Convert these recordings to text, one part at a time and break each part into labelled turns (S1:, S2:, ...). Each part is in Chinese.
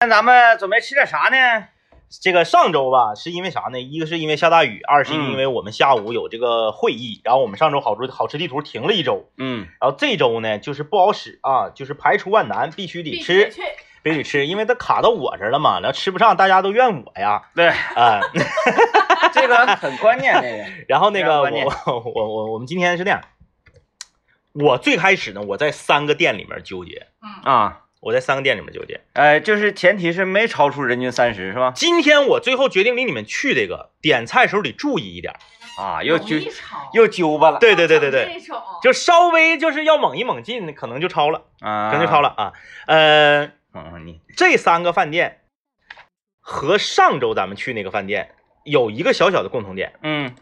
S1: 那咱们准备吃点啥呢？
S2: 这个上周吧，是因为啥呢？一个是因为下大雨，二是
S1: 嗯
S2: 因为我们下午有这个会议，然后我们上周好吃好吃地图停了一周，
S1: 嗯，
S2: 然后这周呢就是不好使啊，就是排除万难必须得
S3: 必
S2: 吃
S3: 须，去，
S2: 必须得吃，因为它卡到我这儿了嘛，然后吃不上大家都怨我呀，
S1: 对，
S2: 啊、
S1: 这个很关键， 这
S2: 然后那个我
S1: 非常
S2: 我我我我们今天是那样，我最开始呢我在三个店里面纠结，
S3: 嗯
S1: 个啊，
S2: 我在三个店里面纠结，
S1: 呃，就是前提是没超出人均三十是吧？
S2: 今天我最后决定领你们去这个点菜时候得注意一点，
S1: 啊，又
S3: 容易
S1: 揪
S3: 吵
S1: 又揪巴了，
S2: 对对对对对，
S3: 这种
S2: 就稍微就是要猛一猛进，可能就超了，
S1: 啊，
S2: 可能就超了啊。呃，
S1: 嗯，你
S2: 这三个饭店和上周咱们去那个饭店有一个小小的共同点，
S1: 嗯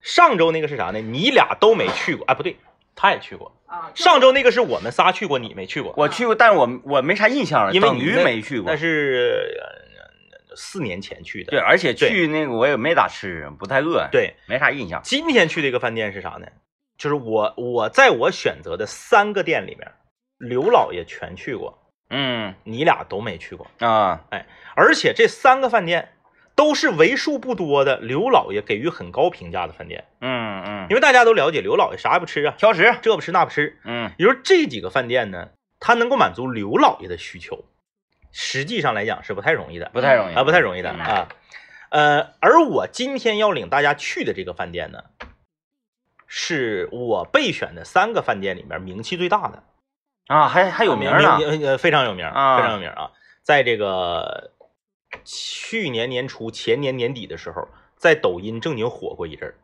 S2: 上周那个是啥呢？你俩都没去过，哎，不对，他也去过。
S3: 啊，就
S2: 上周那个是我们仨去过，你没去过，
S1: 我去过，但是我我没啥印象了，
S2: 因为
S1: 等
S2: 你
S1: 于
S2: 那
S1: 没去过
S2: 那。是呃四年前去
S1: 对，
S2: 的。
S1: 而且
S2: 对
S1: 去那个我也没咋吃，不太饿，，
S2: 对，
S1: 没啥印象。
S2: 今天去这个饭店是啥呢？就是我我在我选择的三个店里面，刘老爷全去过，
S1: 嗯
S2: 你俩都没去过，
S1: 啊，
S2: 而且这三个饭店都是为数不多的刘老爷给予很高评价的饭店，
S1: 嗯嗯，
S2: 因为大家都了解刘老爷啥也不吃啊，
S1: 挑食，
S2: 这不吃那不吃，
S1: 嗯
S2: 也就是这几个饭店呢，它能够满足刘老爷的需求，实际上来讲是不太容易的。
S1: 不太容易
S2: 啊，不太容易的
S1: 嗯
S2: 啊。呃，而我今天要领大家去的这个饭店呢，是我备选的三个饭店里面名气最大的，
S1: 啊，还还有名儿呢，
S2: 名呃非常有名，
S1: 啊
S2: 非常有名啊。在这个去年年初、前年年底的时候，在抖音正经火过一阵儿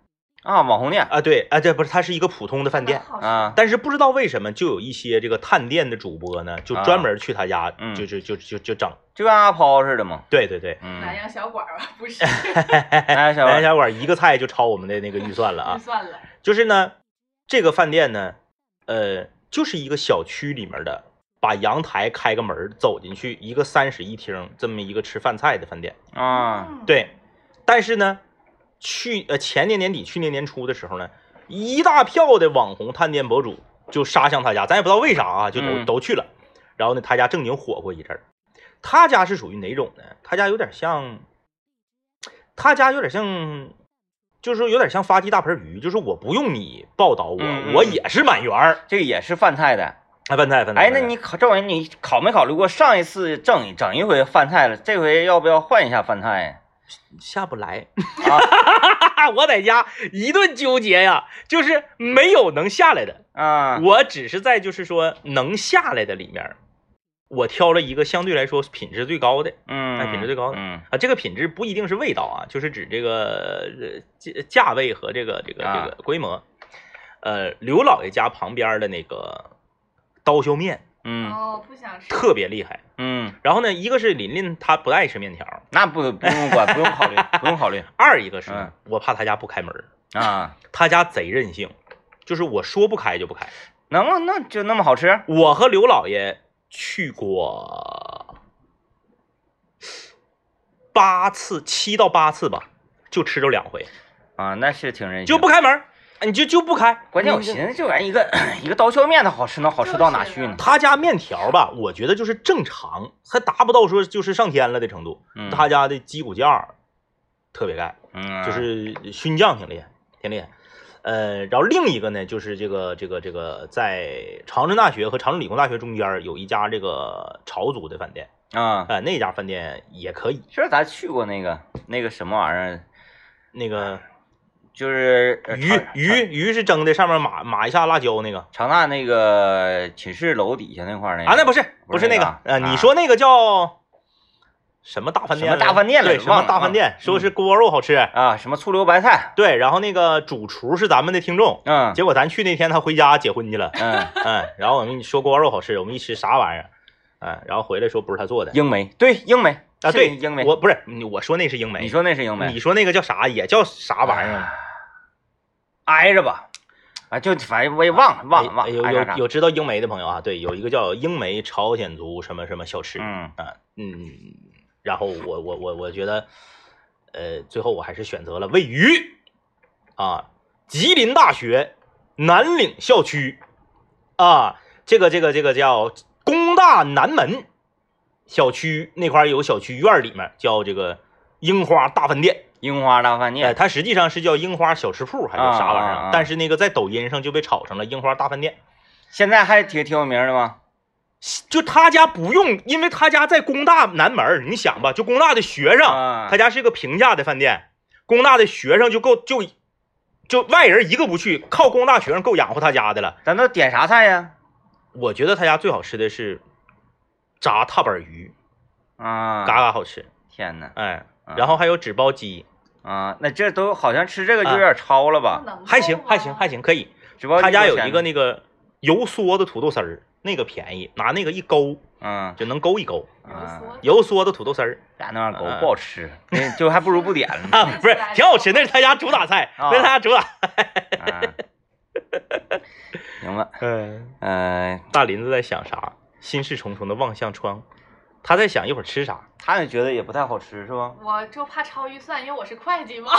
S1: 啊，网红店
S2: 啊。对，啊对，不是，它是一个普通的饭店，
S3: 很好吃，
S1: 啊，
S2: 但是不知道为什么就有一些这个探店的主播呢，就专门去他家，
S1: 嗯
S2: 就就就就就整。
S1: 就跟阿抛似的嘛，
S2: 对对对，
S1: 嗯，
S3: 南
S1: 哎
S3: 阳小馆儿吧，不是，
S2: 嗯
S1: 呀，小
S2: 南
S1: 王
S2: 小馆一个菜就超我们的那个预算了啊
S3: 就。算了，
S2: 就是呢，这个饭店呢，呃，就是一个小区里面的，把阳台开个门儿走进去，一个三室一厅这么一个吃饭菜的饭店。
S1: 啊，
S3: 嗯，
S2: 对，但是呢，去呃前年年底、去年年初的时候呢，一大票的网红探店博主就杀向他家，咱也不知道为啥啊，就都、
S1: 嗯
S2: 都去了。然后呢，他家正经火过一阵儿。他家是属于哪种呢？他家有点像，他家有点像，就是说有点像发迹大盆鱼，就是我不用你报道我，
S1: 嗯嗯
S2: 我也是满员儿。
S1: 这个也是饭菜的。
S2: 哎，饭菜饭菜。
S1: 哎，
S2: 饭
S1: 那
S2: 菜
S1: 你考赵文，你考没考虑过上一次整整一回饭菜了，这回要不要换一下饭菜呀？
S2: 下 不来啊 我在家一顿纠结呀，就是没有能下来的。
S1: 啊，
S2: 我只是在就是说能下来的里面儿，我挑了一个相对来说品质最高的
S1: 嗯，
S2: 哎品质最高的
S1: 嗯
S2: 啊。这个品质不一定是味道啊，就是指这个呃价价位和这个这个
S1: 啊
S2: 这个规模。呃，刘老爷家旁边的那个刀削面
S1: 嗯
S3: 哦，不想吃，
S2: 特别厉害。
S1: 嗯，
S2: 然后呢，一个是琳琳她不爱吃面条，
S1: 那不不用管，不用考虑，不用考虑
S2: 二一个是
S1: 嗯
S2: 我怕她家不开门儿，
S1: 啊，
S2: 她家贼任性，就是我说不开就不开。
S1: 能啊，那就那么好吃，
S2: 我和刘老爷去过八次，七到八次吧，就吃着两回，
S1: 啊，那是挺任性。
S2: 就不开门儿，你就就不开。
S1: 关键我
S2: 你就
S1: 寻思这玩意一个一个刀削面，它好吃能好吃到哪去呢？
S2: 他家面条吧，我觉得就是正常，还达不到说就是上天了的程度。
S1: 嗯
S2: 他家的鸡骨架儿特别盖，
S1: 嗯，
S2: 就是熏酱挺厉害，挺厉害。呃，然后另一个呢，就是这个这个这个，在长春大学和长春理工大学中间儿有一家这个潮族的饭店，
S1: 啊，
S2: 呃，那家饭店也可以。
S1: 是不是咱去过那个那个什么玩意儿，
S2: 那个
S1: 就是呃
S2: 鱼
S1: 长
S2: 鱼鱼是蒸的，上面码码一下辣椒那个
S1: 长大那个寝室楼底下那块儿那个
S2: 啊，那不是不是那个
S1: 不是那
S2: 呃，
S1: 个啊
S2: 你说那个叫什么大饭店来着？
S1: 什么大饭店来
S2: 对，
S1: 着
S2: 什么
S1: 忘了
S2: 大饭店？
S1: 嗯
S2: 说是锅肉好吃，
S1: 啊，什么醋溜白菜，
S2: 对，然后那个主厨是咱们的听众，
S1: 嗯，
S2: 结果咱去那天他回家结婚去了
S1: 嗯，
S2: 嗯，然后我们说锅肉好吃，我们一吃啥玩意儿？嗯，然后回来说不是他做的
S1: 英梅对英梅
S2: 啊，
S1: 是
S2: 对，
S1: 英梅，
S2: 我不是你我说那是英梅，
S1: 你说那是英梅，
S2: 你说那个叫啥？也叫啥
S1: 啥
S2: 玩意儿？啊
S1: 挨着吧，啊，就反正我也忘了忘了
S2: 哎
S1: 忘
S2: 哎
S1: 了，
S2: 有
S1: 挨着啥
S2: 有有知道英梅的朋友啊，对，有一个叫英梅朝鲜族什么什么小吃，
S1: 嗯
S2: 啊，嗯，然后我我我我觉得，呃，最后我还是选择了位于啊吉林大学南岭校区啊，这个这个这个叫工大南门小区那块儿有个小区院儿里面叫这个樱花大饭店，
S1: 樱花大饭
S2: 哎，
S1: 店，
S2: 它实际上是叫樱花小吃铺还是啥玩意儿
S1: 啊啊
S2: 啊
S1: 啊，
S2: 但是那个在抖音上就被炒成了樱花大饭店。
S1: 现在还挺挺有名的吗？
S2: 就他家不用，因为他家在工大南门儿，你想吧，就工大的学生，
S1: 啊
S2: 他家是一个平价的饭店，工大的学生就够就就外人一个不去，靠工大学生够养活他家的了。
S1: 咱都点啥菜呀？
S2: 我觉得他家最好吃的是炸踏板鱼，
S1: 啊，
S2: 嘎嘎好吃，
S1: 天哪！
S2: 哎
S1: 啊，
S2: 然后还有纸包鸡，
S1: 啊，那这都好像吃这个就有点超了
S3: 嗯
S1: 吧？
S2: 还行还行还行可以。
S1: 直播
S2: 啊他家有一个，那个油梭子土豆丝儿，那个便宜，拿那个一勾
S1: 嗯
S2: 就能勾一勾，
S1: 嗯，
S2: 油梭子土豆丝儿。
S1: 俩那玩意儿狗
S2: 嗯
S1: 不好吃，那就还不如不点了呢。
S2: 啊，不是，挺好吃，那是他家主打菜，
S1: 啊
S2: 那是他家主打。
S1: 啊， 明白。
S2: 嗯，
S1: 嗯，
S2: 大林子在想啥？心事重重的望向窗，他在想一会儿吃啥。
S1: 他也觉得也不太好吃是吧？
S3: 我就怕超预算，因为我是会 计嘛，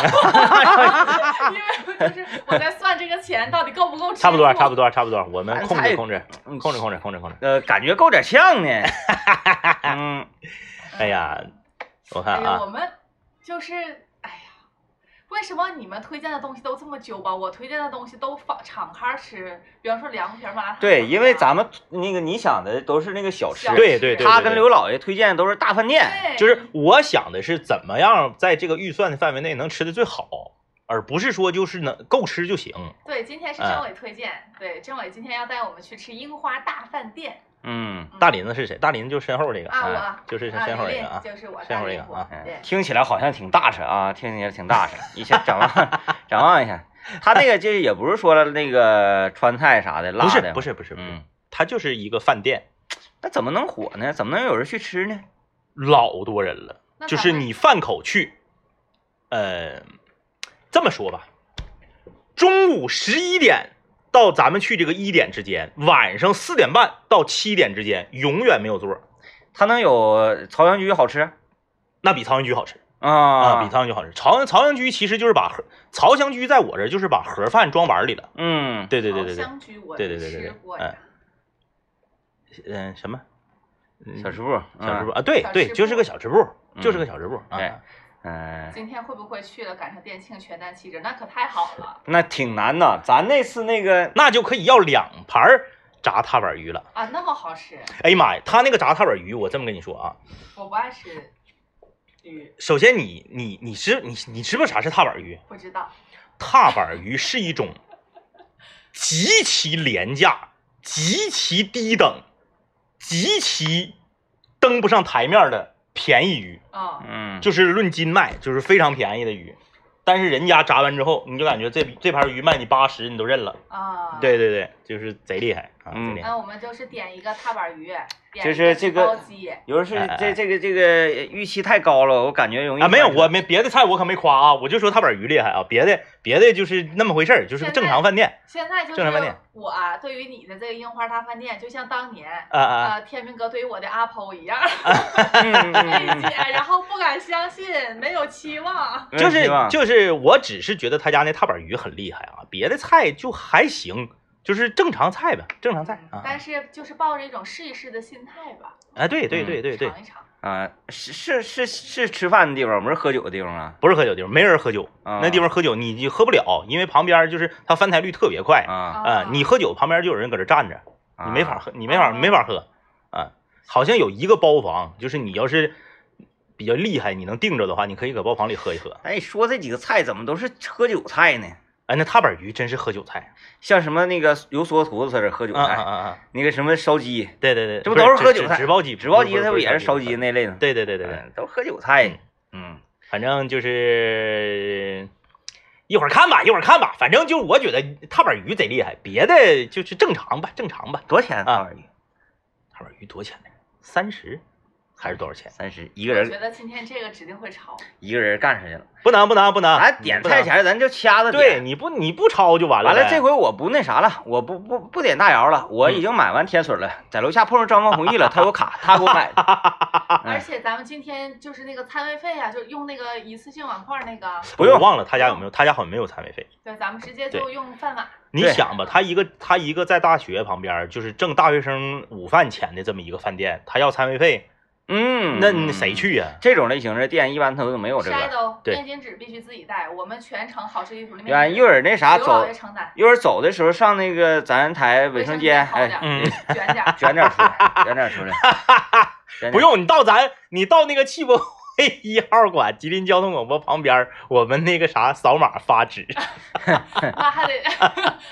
S3: 因为就是我在算这个钱到底够不够吃。
S2: 差不多，啊差不。多，差不多，我们控
S1: 哎
S2: 制控制，控制控制控制控制。
S1: 呃，感觉够点呛呢。 嗯，
S2: 哎呀，我看
S3: 哎呀，我
S2: 啊，
S3: 们就是，哎呀，为什么你们推荐的东西都这么揪吧？我推荐的东西都仿敞开吃，比方说凉皮儿、麻辣烫。
S1: 对，因为咱们那个你想的都是那个小吃，
S3: 小
S2: 对对对，
S1: 他
S2: 对
S1: 跟
S2: 对
S1: 刘老爷推荐的都是大饭店。
S3: 对
S2: 就是我想的是怎么样在这个预算的范围内能吃的最好，而不是说就是能够吃就行。
S3: 对，今天是
S2: 哎
S3: 政委推荐，对，政委今天要带我们去吃樱花大饭店。
S1: 嗯，
S3: 嗯
S2: 大林子是谁？大林子就是身后这个，
S3: 啊我
S2: 哎就是身后这个
S3: 啊
S2: 啊
S3: 对，就是我
S2: 身后这个
S3: 大礼物
S2: 啊
S1: 哎
S3: 对，
S1: 听起来好像挺大声啊，听起来挺 大声，一下展望展望一下，他那个就是也不是说了那个川菜啥的辣
S2: 不是
S1: 的，
S2: 不
S1: 是，
S2: 是不是不是
S1: 嗯，，
S2: 他就是一个饭店，
S1: 那怎么能火呢？怎么能有人去吃呢？
S2: 老多人了。
S3: 那
S2: 就
S3: 咱
S2: 是
S3: 们
S2: 你饭口去，呃，这么说吧，中午十一点到咱们去这个一点之间，晚上四点半到七点之间，永远没有座儿，
S1: 它能有朝阳居好吃
S2: 那比朝阳居好吃
S1: 啊？
S2: 啊，比朝阳居好吃。朝阳朝阳居其实就是把盒，朝阳居在我这儿就是把盒饭装碗里了。
S1: 嗯，
S2: 对对对对
S3: 桃
S2: 对，
S3: 香居我
S2: 对对对对
S3: 吃
S2: 对
S3: 过
S2: 哎
S3: 呀，
S2: 嗯、什么？嗯
S1: 小吃部，
S2: 小吃
S1: 部，
S2: 部啊，对
S3: 小
S2: 对，
S3: 吃
S2: 就是
S3: 部
S2: 个小吃部，就是
S1: 嗯
S2: 个小吃部
S1: 对
S2: 啊。
S1: 嗯，
S3: 今天会不会去了赶上店庆全单七折？那可太好了
S1: 那挺难的。咱那次那个，
S2: 那就可以要两盘儿炸踏板鱼了。
S3: 啊！那么好吃，
S2: 哎呀妈呀，他那个炸踏板鱼，我这么跟你说啊，
S3: 我不爱吃鱼，
S2: 首先你，你你知你你知不知道啥是踏板鱼？
S3: 不知道。
S2: 踏板鱼是一种极其廉价、极其低等、极其登不上台面的便宜鱼，
S3: 嗯，
S1: 嗯，
S2: 就是论斤卖，就是非常便宜的鱼。但是人家炸完之后，你就感觉这这盘鱼卖你八十，你都认了。
S3: 啊，
S2: 嗯对，对对，就是贼厉害啊，
S1: 嗯
S2: 贼厉害。
S3: 那我们就是点一个踏板鱼，点
S1: 就
S3: 一
S1: 是这
S3: 个
S1: 个
S3: 包鸡，
S1: 有人是
S2: 哎哎
S1: 这这个这个预期太高了，我感觉容易
S2: 啊，没有，
S1: 翻车
S2: 我没别的菜我可没夸啊，我就说踏板鱼厉害啊，别的别的就是那么回事儿，就是个正常饭店。
S3: 现在就
S2: 正常饭店
S3: 是我啊对于你的这个樱花大饭店，就像当年。
S2: 啊啊啊，
S3: 呃，天明哥对于我的阿婆一样，
S1: 嗯 嗯
S3: 费
S1: 嗯
S3: 解， 然后不敢相信，没有期望。
S1: 嗯
S2: 就是
S1: 希望
S2: 就是，我只是觉得他家那踏板鱼很厉害啊，别的菜就还行，就是正常菜呗，正常菜啊。
S3: 但是就是抱着一种试一试的心态吧，
S2: 哎，对
S1: 嗯
S2: 对对对对
S3: 尝，一尝。
S1: 啊，是是是是吃饭的地方，不是喝酒的地方啊。
S2: 不是喝酒地方，没人喝酒，
S1: 啊
S2: 那地方喝酒你你喝不了，因为旁边就是它翻台率特别快，
S1: 啊，
S2: 啊，你喝酒旁边就有人搁这站着，
S1: 啊
S2: 你没法喝，你没法
S3: 啊
S2: 没法喝，啊，好像有一个包房，就是你要是比较厉害，你能定着的话，你可以搁包房里喝一喝。
S1: 哎，说这几个菜怎么都是喝酒菜呢？
S2: 哎，那踏板鱼真是喝酒菜，
S1: 像什么那个油梭土豆丝儿喝酒
S2: 啊啊
S1: 菜，
S2: 啊啊，
S1: 那个什么烧鸡，
S2: 对对对，
S1: 这不都是喝酒菜
S2: 纸包鸡，
S1: 纸包
S2: 不
S1: 鸡
S2: 是
S1: 它不也是烧？
S2: 不
S1: 鸡
S2: 是
S1: 那类的？
S2: 对对对对对，
S1: 嗯，都喝酒菜。嗯，
S2: 反正就是一会儿看吧，一会儿看吧，反正就是我觉得踏板鱼贼厉害，别的就是正常吧，正常吧。
S1: 多少钱
S2: 啊
S1: 二鱼？
S2: 踏板鱼多少钱呢？三十还是多少钱？
S1: 三十，一个
S3: 我觉
S1: 人
S3: 得今天这个指定会超。
S1: 一个人干出去了。
S2: 不能不能不能，
S1: 咱啊点
S2: 不
S1: 菜
S2: 能
S1: 前儿咱就掐着
S2: 啊对，
S1: 点。
S2: 你不你不抄就完了
S1: 完
S2: 呗。嗯
S1: 了，这回我不那啥了，我不不不点大窑了，我已经买完天水了，在楼下碰上张文宏毅了， 他有卡，他给我买的。嗯哎
S3: 而
S2: 哎
S3: 且咱们今天就是那个餐位费啊，就用那个一次性碗筷那个，
S1: 不用
S2: 我忘了他家有没有，他家好像没有餐位费。
S3: 对，咱们直接就用饭碗。
S2: 你
S1: 对
S2: 想吧，他一个他一个在大学旁边，就是挣大学生午饭钱的这么一个饭店，他要餐位费，
S1: 嗯，
S2: 那你谁去呀、
S1: 这种类型的店一般它都没有这
S3: 筛
S1: 个。
S3: 都
S2: 对
S3: 面巾纸必须自己带，我们全程好吃一途里面，
S1: 啊原一会儿那啥
S3: 刘老
S1: 走
S3: 爷，承担，
S1: 一会儿走的时候上那个咱台卫生间，
S3: 好点
S1: 哎，
S3: 儿，
S2: 嗯，
S3: 卷点儿，
S1: 卷点儿出来，卷点儿出 来，卷点儿
S2: 不用你到咱，你到那个汽博会一号馆，吉林交通广播旁边儿，我们那个啥扫码发 纸，
S3: 那还得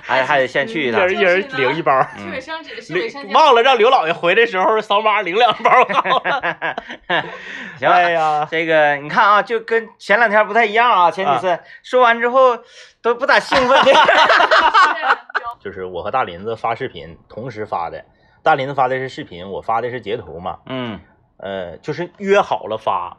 S1: 还哎还得先去
S2: 一
S1: 一趟。
S2: 人一人领一包
S1: 嗯
S2: 儿，
S3: 去卫生纸，去卫生
S2: 领
S3: 间，
S2: 忘了让刘老爷回的时候扫码领两 包儿好了。
S1: 行了，
S2: 哎呀，
S1: 这个你看啊，就跟前两天不太一样啊，前几次、说完之后都不咋兴 奋。
S3: 是有
S2: 就是我和大林子发视频同时发的，大林子发的是视频，我发的是截图嘛，
S1: 嗯
S2: 呃，就是约好了发，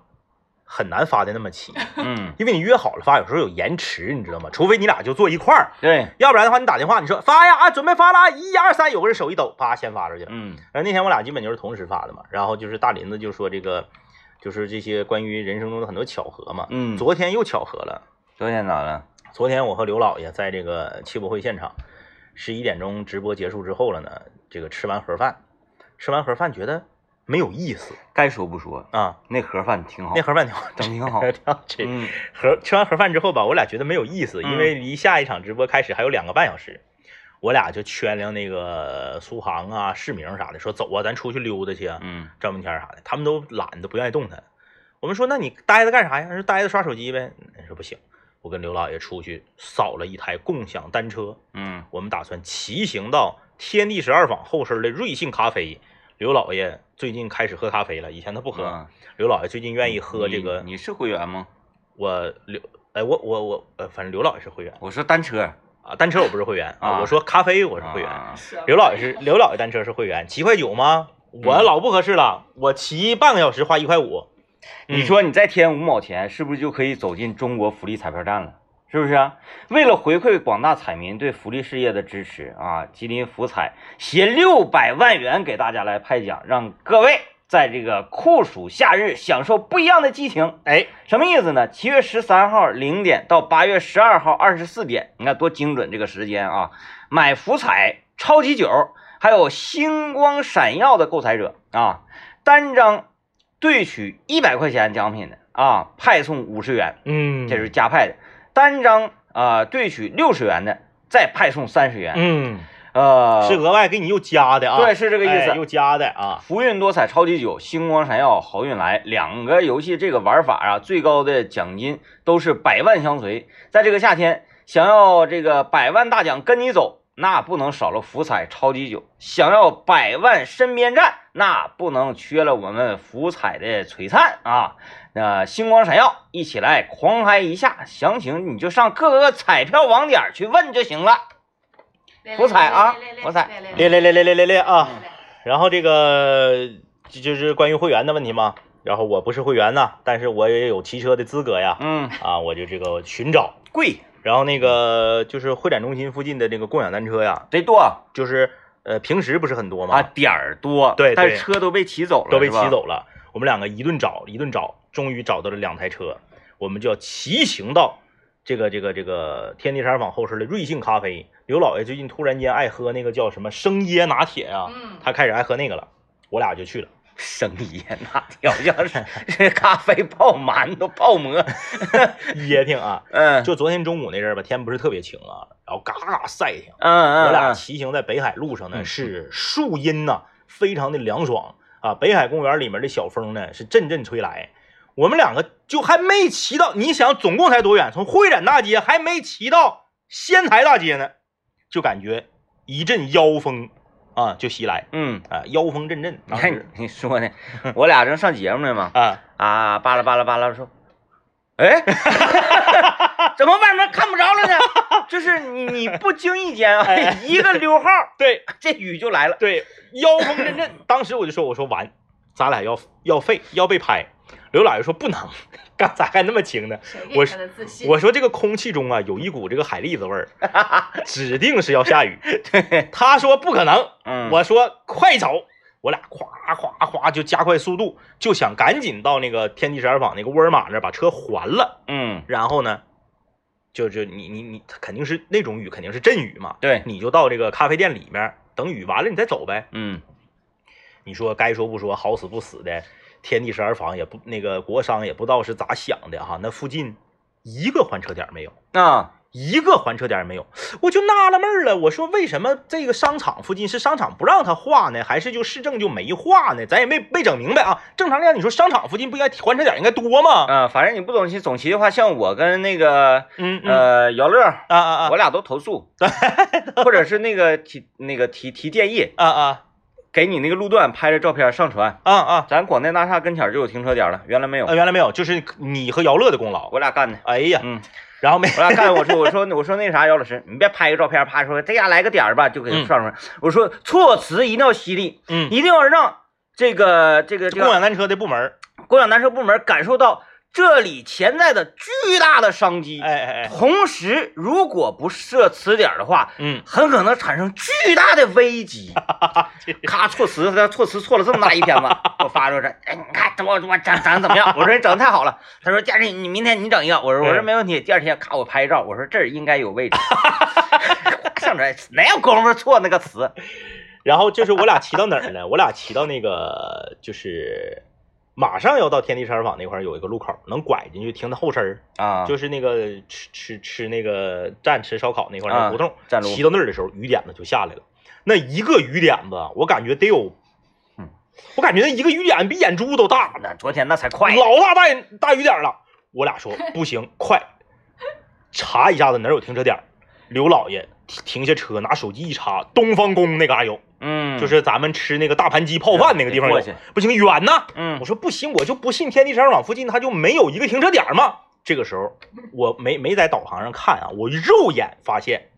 S2: 很难发的那么 齐，
S1: 嗯，
S2: 因为你约好了发，有时候有延迟，你知道吗？除非你俩就坐一块儿。
S1: 对，
S2: 要不然的话，你打电话，你说发呀啊，准备发啦，一二三，有个人手一抖，啪，先发出去了。
S1: 嗯
S2: 然后那天我俩基本就是同时发的嘛。然后就是大林子就说这个，就是这些关于人生中的很多巧合嘛。
S1: 嗯，
S2: 昨天又巧合了，
S1: 昨天咋了？博
S2: 昨天我和刘老爷在这个汽博会现场，十一点钟直播结束之后了呢，这个吃完盒饭，吃完盒饭觉得没有意思
S1: 该说不说，
S2: 啊，
S1: 那盒饭挺好
S2: 那，盒饭挺好
S1: 整挺哦 好。
S2: 吃，挺好吃。
S1: 嗯
S2: 盒吃完盒饭之后吧，我俩觉得没有意思，
S1: 嗯
S2: 因为离下一场直播开始还有两个半小时，我俩就圈量那个苏杭啊、市明啥的，说走啊，咱出去溜达去啊，
S1: 嗯
S2: 赵明天啥的，他们都懒得不愿意动弹。我们说，那你待着干啥呀？他说待着刷手机呗。人说不行，我跟刘老爷出去扫了一台共享单车，
S1: 嗯
S2: 我们打算骑行到天地十二坊后身的瑞幸咖啡。刘老爷最近开始喝咖啡了，以前他不喝。
S1: 嗯，
S2: 刘老爷最近愿意喝这个
S1: 你，你是会员吗？
S2: 我刘哎，我我我呃，反正刘老爷是会员
S1: 我说单车，
S2: 啊，单车我不是会员
S1: 啊
S2: 我说咖啡我是会员，
S1: 啊
S3: 舍不
S2: 刘老爷是刘老爷单车是会员，七块九吗？我
S1: 嗯
S2: 老不合适了，我骑半个小时花一块五，嗯
S1: 你说你再添五毛钱，是不是就可以走进中国福利彩票站了？是不是啊？为了回馈广大彩民对福利事业的支持啊，吉林福彩携六百万元给大家来派奖，让各位在这个酷暑夏日享受不一样的激情。
S2: 哎，
S1: 什么意思呢？七月十三号零点到八月十二号二十四点，你看多精准这个时间啊！买福彩超级九，还有星光闪耀的购彩者啊，单张兑取一百块钱奖品的啊，派送五十元，
S2: 嗯，
S1: 这是加派的；单张啊、呃兑取六十元的，再派送三十元。
S2: 嗯，
S1: 呃，
S2: 是额外给你又加的啊，
S1: 对，是这个意
S2: 哎
S1: 思。
S2: 又加的啊，
S1: 福运多彩超级九、星光闪耀、好运来两个游戏，这个玩法啊，最高的奖金都是百万相随。在这个夏天，想要这个百万大奖跟你走，那不能少了福彩超级九；想要百万身边站，那不能缺了我们福彩的璀璨啊！那星光闪耀，一起来狂嗨一下！详情你就上各个彩票网点儿去问就行了。
S3: 得
S1: 福彩啊
S3: 得得得
S1: 福彩
S3: 得得
S2: 列
S3: 得
S2: 列列列列列列啊，
S3: 得
S2: 然后这个就就是关于会员的问题嘛，然后我不是会员呐，但是我也有骑车的资格呀，
S1: 嗯，
S2: 啊，我就这个寻找，
S1: 贵
S2: 然后那个就是会展中心附近的这个共享单车呀，
S1: 得多
S2: 就是呃平时不是很多
S1: 啊，
S2: 嘛，
S1: 点儿多，
S2: 对
S1: 但
S2: 对
S1: 是车都被骑走了，
S2: 都被
S1: 是
S2: 骑
S1: 吧。
S2: 走了。我们两个一顿找，一顿找，终于找到了两台车，我们就要骑行到这个这个这个天地山坊后身的瑞幸咖啡。刘老爷最近突然间爱喝那个叫什么生椰拿铁呀、
S3: 嗯
S2: 他开始爱喝那个了，我俩就去了。
S1: 生椰 那条像是这咖啡泡馒头泡馍，
S2: 椰挺啊，
S1: 嗯，
S2: 就昨天中午那阵儿吧，天不是特别晴啊，然后嘎嘎晒挺。
S1: 嗯嗯，
S2: 我俩
S1: 嗯
S2: 骑行在北海路上呢，
S1: 嗯
S2: 是树荫呐、非常的凉爽啊。北海公园里面的小风呢，是阵阵吹来。我们两个就还没骑到，你想总共才多远？从会展大街还没骑到仙台大街呢，就感觉一阵妖风啊就袭来
S1: 嗯，
S2: 啊，妖风阵阵。
S1: 你
S2: 当
S1: 看
S2: 时
S1: 你说的，我俩正上节目呢嘛，
S2: 啊，
S1: 啊，巴拉巴拉巴拉说，哎， 怎么外面看不着了呢？就是你不经意间
S2: 哎
S1: 啊，一个溜号，
S2: 对
S1: 这雨就来了。
S2: 对，妖风阵阵。当时我就说，我说完，咱俩要要废，要被拍。刘老爷说不能， 刚才还那么轻呢。
S3: 谁
S2: 我
S3: 给
S2: 是
S3: 他的自信？
S2: 我说这个空气中啊有一股这个海蛎子 味儿，指定是要下雨。
S1: 对，
S2: 他说不可能，
S1: 嗯，
S2: 我说快走，我俩咵咵咵就加快速度，就想赶紧到那个天地十二坊那个沃尔玛那儿把车还了。
S1: 嗯，
S2: 然后呢，就就你你你，他肯定是那种雨，肯定是阵雨嘛，
S1: 对，
S2: 你就到这个咖啡店里面等雨完了你再走呗。
S1: 嗯
S2: 你说该说不说，好死不死的，天地十二房也不那个国商也不知道是咋想的哈，那附近一个还车点没有，
S1: 啊，
S2: 一个还车点没有，我就纳了闷儿了，我说为什么这个商场附近是商场不让他画呢，还是就市政就没画呢？咱也没没整明白啊。正常来讲，你说商场附近不应该还车点应该多吗？
S1: 啊，反正你不懂其总骑的话，像我跟那个
S2: 嗯嗯
S1: 呃姚乐，
S2: 啊啊啊
S1: 我俩都投诉，或者是那个提那个提提建议，
S2: 啊啊
S1: 给你那个路段拍着照片上传。
S2: 啊啊！
S1: 咱广电大厦跟前儿就有停车点了，原来没有
S2: 啊，，原来没有，就是你和姚乐的功劳。
S1: 我俩干的。
S2: 哎呀，
S1: 嗯，
S2: 然后没
S1: 我俩干，我说我说我说那啥，姚老师，你别拍个照片，啪说这家来个点儿吧，就给他
S2: 嗯
S1: 上上。我说措辞一定要犀利，
S2: 嗯，
S1: 一定要让这个这个这
S2: 共
S1: 个
S2: 享单车的部门儿，
S1: 共享单车部门感受到这里潜在的巨大的商机。
S2: 哎哎哎，
S1: 同时，如果不设词典的话，
S2: 嗯，
S1: 很可能产生巨大的危 机。咔，措辞他措辞错了这么大一篇 吧，我发出来，哎，你看我我整整怎么样？我说你整的太好了。他说第二天你明天你整一个，我说我说
S2: 嗯
S1: 没问题。第二天咔我拍一照，我说这儿应该有位置。 上这儿哪有功夫错那个词？
S2: 然后就是我俩骑到哪儿呢？我俩骑到那个就是马上要到天地十二坊那块儿有一个路口，能拐进去停到后身儿，
S1: 啊，
S2: 就是那个吃吃吃那个站吃烧烤那块儿
S1: 啊
S2: 那胡同，
S1: 站路
S2: 骑到那儿的时候，雨点子就下来了。那一个雨点子，我感觉得有
S1: 嗯，
S2: 我感觉那一个雨点比眼珠都大呢。
S1: 那昨天那才快呢，
S2: 老大大眼大雨点儿了。我俩说不行，快查一下子哪儿有停车点儿。刘老爷停停下车，拿手机一查，东方宫那嘎有，
S1: 嗯，
S2: 就是咱们吃那个大盘鸡泡饭那个地方有
S1: 过去。
S2: 不行，远呐！
S1: 嗯
S2: 我说不行，我就不信天地商场附近它就没有一个停车点儿嘛。这个时候我没没在导航上看啊，我肉眼发现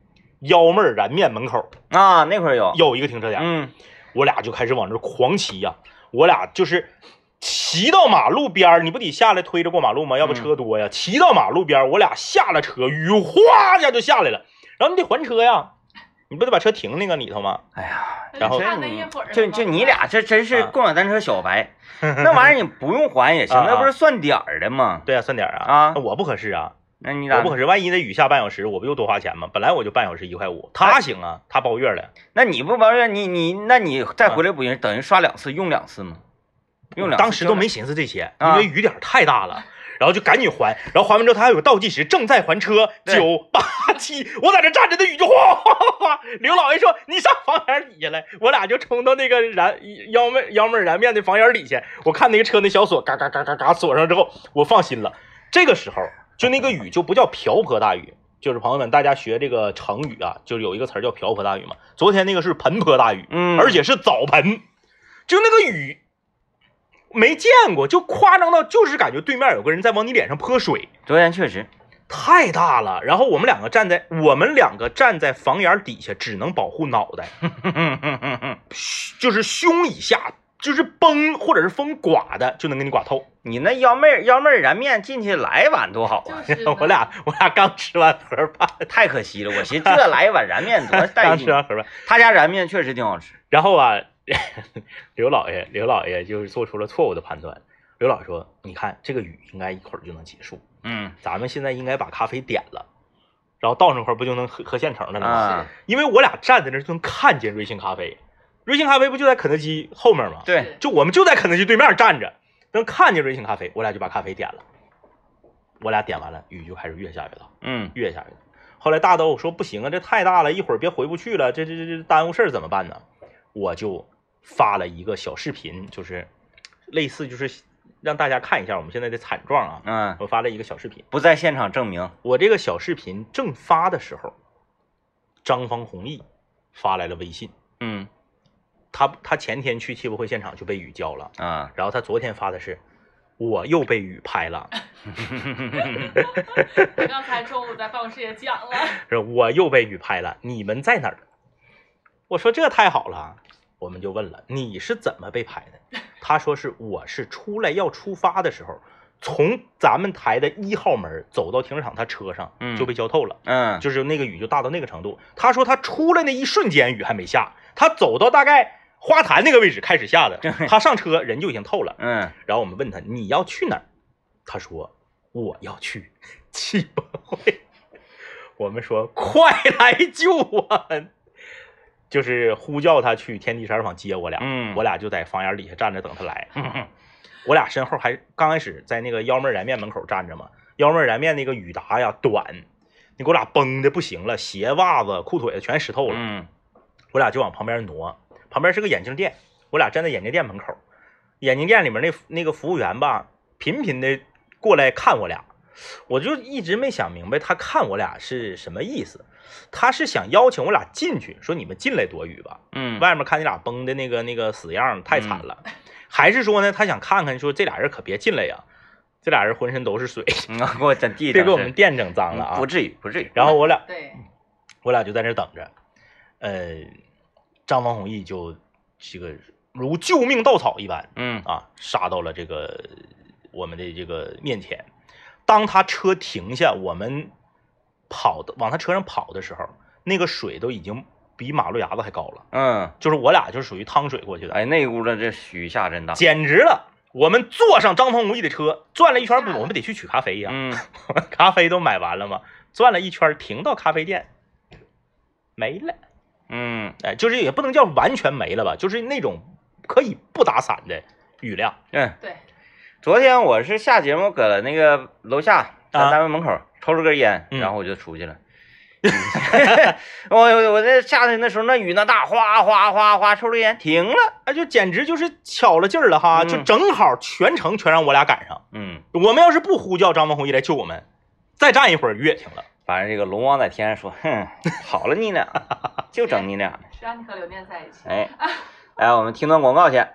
S2: 幺妹儿燃面门口
S1: 啊，那块儿有，
S2: 有一个停车点儿。
S1: 嗯
S2: 我俩就开始往这狂骑呀、我俩就是骑到马路边儿，你不得下来推着过马路吗？要不车多呀。骑到马路边儿，我俩下了车，雨哗一下就下来了，然后你得还车呀，你不得把车停那个里头吗？
S1: 哎呀，
S2: 然后
S3: 那啊就看那一会儿了
S1: 就
S3: 嘛
S1: 就你俩这真是
S2: 啊
S1: 共享单车小 白，那玩意儿你不用还也行，
S2: 啊啊
S1: 那不是算点儿的吗？
S2: 对呀、算点儿
S1: 啊
S2: 那我不合适啊，
S1: 那你
S2: 我
S1: 咋
S2: 不？合适。万一那雨下半小时，我不又多花钱吗？本来我就半小时一块五，他行啊，他包月了，
S1: 那你不完事儿，你你那你再回来补行，等于刷两次用两次吗？用两次
S2: 啊当时都没寻思这些，因
S1: 啊
S2: 为雨点儿太大了。然后就赶紧还，然后还完之后他还有个倒计时，正在还车，
S1: 对
S2: 九八七，我在这站着，那雨就哗哗哗哗。刘老爷说：“你上房檐底下来。”我俩就冲到那个燃幺妹幺妹燃面的房檐底下，我看那个车那小锁嘎嘎嘎嘎嘎锁上之后，我放心了。这个时候，就那个雨就不叫瓢泼大雨，就是朋友们，大家学这个成语啊，就是有一个词儿叫瓢泼大雨嘛。昨天那个是盆泼大雨，
S1: 嗯，
S2: 而且是澡盆，就那个雨没见过，就夸张到就是感觉对面有个人在往你脸上泼水，
S1: 昨天确实，
S2: 太大了。然后我们两个站在我们两个站在房檐底下，只能保护脑袋，就是胸以下，就是崩或者是风刮的就能给你刮透。
S1: 你那幺妹儿幺妹儿燃面进去来一碗多好啊！
S3: 就是
S2: 我俩我俩刚吃完盒饭，
S1: 太可惜了，我寻思这来一碗燃面 多 带
S2: 刚
S1: 劲
S2: 吃。完盒饭，
S1: 他家燃面确实挺好吃，
S2: 然后啊， 刘老爷刘老爷就是做出了错误的判断。刘老爷说：“你看这个雨应该一会儿就能结束。”
S1: 嗯
S2: 咱们现在应该把咖啡点了，然后到那块儿不就能喝喝现成的了吗？
S1: 啊，
S2: 因为我俩站在那儿就能看见瑞幸咖啡，瑞幸咖啡不就在肯德基后面吗？
S1: 对，
S2: 就我们就在肯德基对面站着，能看见瑞幸咖啡，我俩就把咖啡点了。我俩点完了，雨就开始越下越大，
S1: 嗯
S2: 越下越大。后来大豆说不行啊，这太大了，一会儿别回不去了，这这这这耽误事儿怎么办呢？我就发了一个小视频，就是类似就是让大家看一下我们现在的惨状啊。
S1: 嗯，
S2: 我发了一个小视频。
S1: 不在现场证明，
S2: 我这个小视频正发的时候，张方弘毅发来了微信，
S1: 嗯
S2: 他他前天去汽博会现场就被雨浇了，
S1: 啊。
S2: 然后他昨天发的是我又被雨拍了，
S3: 我刚才中午在办公室也讲 了，
S2: 是我又被雨拍了，你们在哪儿？我说这太好了，我们就问了你是怎么被拍的？他说是我是出来要出发的时候，从咱们台的一号门走到停车场他车上
S1: 嗯
S2: 就被浇透了。
S1: 嗯，
S2: 就是那个雨就大到那个程度。他说他出来那一瞬间雨还没下，他走到大概花坛那个位置开始下的，他上车人就已经透了。
S1: 嗯，
S2: 然后我们问他你要去哪儿，他说我要去 汽博会。我们说快来救我们，就是呼叫他去天地十二坊接我俩。
S1: 嗯
S2: 我俩就在房檐底下站着等他来。我俩身后还刚开始在那个幺妹儿燃面门口站着嘛，幺妹儿燃面那个雨达呀短，你给我俩崩的不行了，鞋袜子裤腿子全湿透了，
S1: 嗯，
S2: 我俩就往旁边挪，旁边是个眼镜店，我俩站在眼镜店门口，眼镜店里面那服那个服务员吧，频频的过来看我俩，我就一直没想明白他看我俩是什么意思，他是想邀请我俩进去，说你们进来躲雨吧，
S1: 嗯，
S2: 外面看你俩崩的那个那个死样儿太惨了，还是说呢，他想看看说这俩人可别进来呀，这俩人浑身都是水，
S1: 嗯给我整地
S2: 别
S1: 整
S2: 给我
S1: 事
S2: 们店整脏了
S1: 嗯
S2: 啊
S1: 不。至于，不至于。
S2: 然后我俩
S3: 对，
S2: 我俩就在那儿等着，呃，张方弘毅就这个如救命稻草一般
S1: 嗯
S2: 啊，杀到了这个我们的这个面前。当他车停下，我们跑的往他车上跑的时候，那个水都已经比马路牙子还高了，
S1: 嗯，
S2: 就是我俩就是属于趟水过去的。
S1: 哎，那屋子这雨下真大。
S2: 啊简直了！我们坐上张方无义的车，转了一圈儿，不，我们得去取咖啡呀、
S1: 嗯，
S2: 咖啡都买完了吗？转了一圈儿，停到咖啡店，没了。
S1: 嗯，
S2: 哎，就是也不能叫完全没了吧，就是那种可以不打伞的雨量。
S1: 嗯，
S3: 对，
S1: 昨天我是下节目搁了那个楼下，在
S2: 啊
S1: 单位门口抽了根烟，
S2: 嗯
S1: 然后我就出去了。 我我我那下去那时候那雨那大，哗哗哗哗，抽着烟停了。
S2: 哎，就简直就是巧了劲儿了哈，
S1: 嗯
S2: 就正好全程全让我俩赶上。
S1: 嗯，
S2: 我们要是不呼叫张方弘毅来救我们，再站一会儿雨也停了。
S1: 反正这个龙王在天上说，哼，好了你俩，就整你俩。
S3: 谁让你和刘念在一起？
S2: 哦
S1: 哎，哎，我们听段广告去。
S3: 来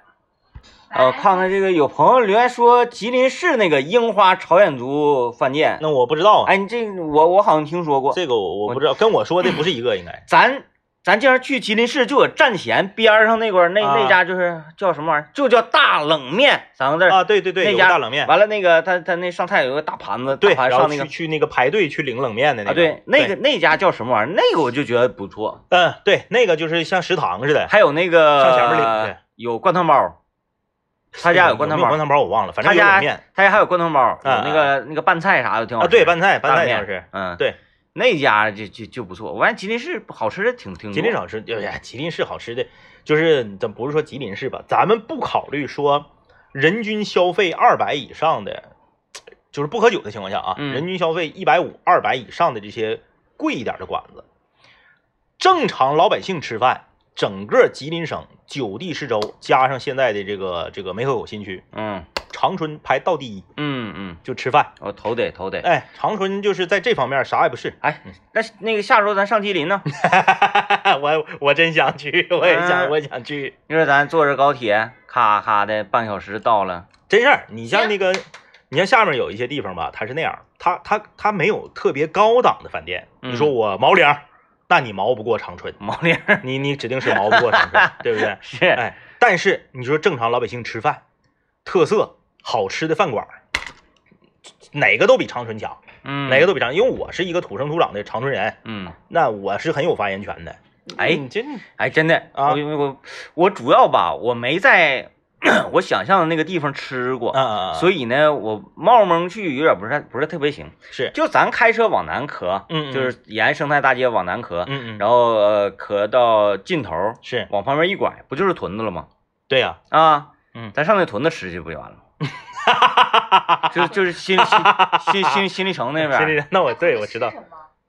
S1: 呃，看看这个有朋友留言说吉林市那个樱花朝鲜族饭店，
S2: 那我不知道啊，
S1: 哎，你这个我我好像听说过，
S2: 这个我我不知道，跟我说的不是一个，应该
S1: 咱咱竟然去吉林市，就有站前边儿上那块儿那、
S2: 啊
S1: 那家就是叫什么玩意儿，就叫大冷面三个字儿。
S2: 啊，对对对，
S1: 那
S2: 有个
S1: 家
S2: 大冷面。
S1: 完了那个他他那上菜有个大盘子，
S2: 对，
S1: 大盘
S2: 然后
S1: 上那
S2: 去
S1: 个
S2: 去那个排队去领冷面的那
S1: 啊，
S2: 个，
S1: 对，那个，那家叫什么玩意儿？那个我就觉得不错。
S2: 嗯，对，那个就是像食堂似的，
S1: 还有那个
S2: 哎上前面领去
S1: 有灌汤包，他家有灌汤
S2: 嗯没有
S1: 包，
S2: 灌汤包我忘了，反
S1: 他
S2: 正有
S1: 家
S2: 冷面
S1: 他家还有灌汤包，有
S2: 嗯
S1: 那个那个拌菜啥的挺好
S2: 啊，
S1: 吃。
S2: 对，拌菜
S1: 拌
S2: 拌菜
S1: 面
S2: 好吃，
S1: 嗯，
S2: 对，
S1: 那家就就就不错。我发现吉林市好吃的挺挺多。
S2: 吉林市好吃，哎呀，吉林市好吃的，就是咱不是说吉林市吧，咱们不考虑说人均消费二百以上的，就是不喝酒的情况下啊，
S1: 嗯
S2: 人均消费一百五、二百以上的这些贵一点的馆子，正常老百姓吃饭，整个吉林省九地市州加上现在的这个这个梅河口新区，
S1: 嗯
S2: 长春排倒第一，
S1: 嗯嗯，
S2: 就吃饭。
S1: 我头得头得。
S2: 哎，长春就是在这方面啥也不是。
S1: 哎，那是那个下周咱上吉林呢？
S2: 我我真想 去，我也想，
S1: 嗯
S2: 我也想去。
S1: 你说咱坐着高铁，咔咔的半小时到了，
S2: 真事儿，
S1: 哎
S2: 你像那个，你像下面有一些地方吧，它是那样，它它它没有特别高档的饭店。
S1: 嗯
S2: 你说我毛领儿，那你毛不过长春，
S1: 毛领儿
S2: 你你指定是毛不过长 春，对不对？
S1: 是
S2: 哎，但是你说正常老百姓吃饭，特色好吃的饭馆儿，哪个都比长春强，
S1: 嗯
S2: 哪个都比长，因为我是一个土生土长的长春人，
S1: 嗯，
S2: 那我是很有发言权的。
S1: 哎
S2: 你嗯这
S1: 哎，真的
S2: 啊
S1: 我我我主要吧，我没在 我想象的那个地方吃过，
S2: 啊啊啊，
S1: 所以呢，我冒蒙去有点不是不是特别行。
S2: 是，
S1: 就咱开车往南磕，
S2: 嗯嗯
S1: 就是沿生态大街往南磕，
S2: 嗯嗯，
S1: 然后呃磕到尽头，
S2: 是
S1: 往旁边一拐，不就是屯子了吗？
S2: 对呀、
S1: 啊，
S2: 嗯
S1: 咱上那屯子吃去不就完了 吗？就就是新新新新新历城那
S2: 是
S1: 边
S2: 的，那我
S3: 那
S2: 对
S3: 会
S2: 我
S3: 吃
S2: 知道，
S3: 什么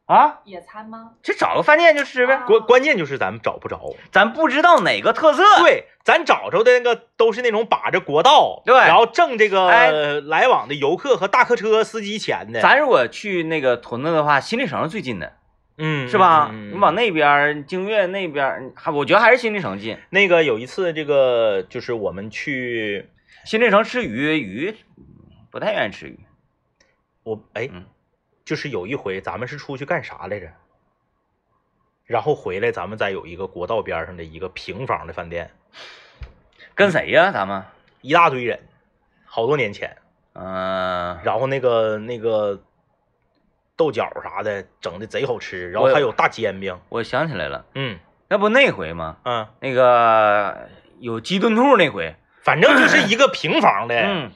S1: 啊，
S3: 野餐吗？
S1: 就找个饭店就吃呗
S3: 啊。
S2: 关关键就是咱们找不着，
S1: 咱不知道哪个特色，
S2: 对，咱找着的那个都是那种把着国道，
S1: 对
S2: 然后挣这个、
S1: 哎
S2: 来往的游客和大客车司机钱的，
S1: 咱如果去那个屯子的话，新历城是最近的，
S2: 嗯
S1: 是吧？
S2: 嗯嗯
S1: 你往那边儿京悦那边儿，还我觉得还是新历城近。
S2: 那个有一次，这个就是我们去，
S1: 新历城吃鱼，鱼不太愿意吃鱼。
S2: 我哎，
S1: 嗯
S2: 就是有一回咱们是出去干啥来着？然后回来，咱们再有一个国道边上的一个平房的饭店，
S1: 跟谁呀、咱们？
S2: 一大堆人，好多年前，
S1: 嗯、
S2: 然后那个那个豆角啥的整的贼好吃，然后
S1: 我有
S2: 还有大煎饼，
S1: 我想起来了，
S2: 嗯
S1: 那不那回吗？
S2: 嗯，
S1: 那个有鸡炖兔那回。
S2: 反正就是一 个平房的
S1: 嗯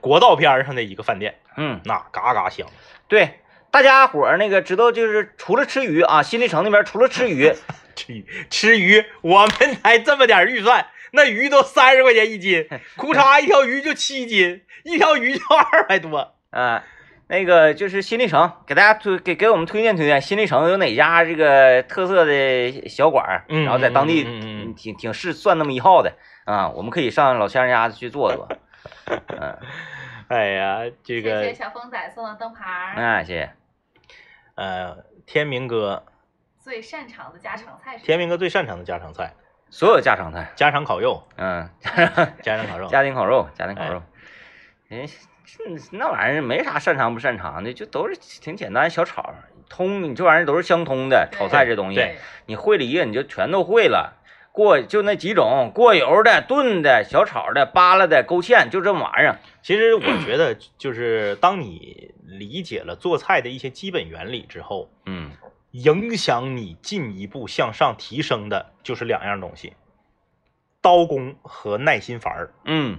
S2: 国道边上的一个饭店，
S1: 嗯，
S2: 那嘎嘎香。
S1: 对，大家伙儿那个知道，就是除了吃鱼啊，新历城那边除了吃鱼，
S2: 吃鱼吃鱼，我们才这么点预算，那鱼都三十块钱一 斤，裤衩一条鱼就七斤，一条鱼就二百多。
S1: 啊，那个就是新立城，给大家推给给我们推荐推荐新立城有哪家这个特色的小馆儿，
S2: 嗯
S1: 然后在当地
S2: 嗯嗯嗯嗯
S1: 挺挺是算那么一号的啊，我们可以上老乡家去坐坐。嗯，
S2: 哎呀，这
S3: 谢
S2: 个
S3: 谢小风仔送的灯牌儿，
S1: 哎，谢谢。
S2: 呃，天明哥，
S3: 最擅长的家常菜是
S2: 天明哥最擅长的家常菜，
S1: 所有家常菜，
S2: 家常烤肉，
S1: 嗯，
S2: 家常烤肉。
S1: 家庭烤肉，家庭烤肉，
S2: 哎
S1: 人、这那玩意儿没啥擅长不擅长的，就都是挺简单小炒儿，通你这玩意儿都是相通的，炒菜这东西，
S2: 对，
S1: 你会了一个你就全都会了。过就那几种，过油的、炖的、小炒的、扒拉的、勾芡，就这么玩意儿。
S2: 其实我觉得，就是当你理解了做菜的一些基本原理之后，
S1: 嗯，
S2: 影响你进一步向上提升的就是两样东西：刀工和耐心法儿。
S1: 嗯，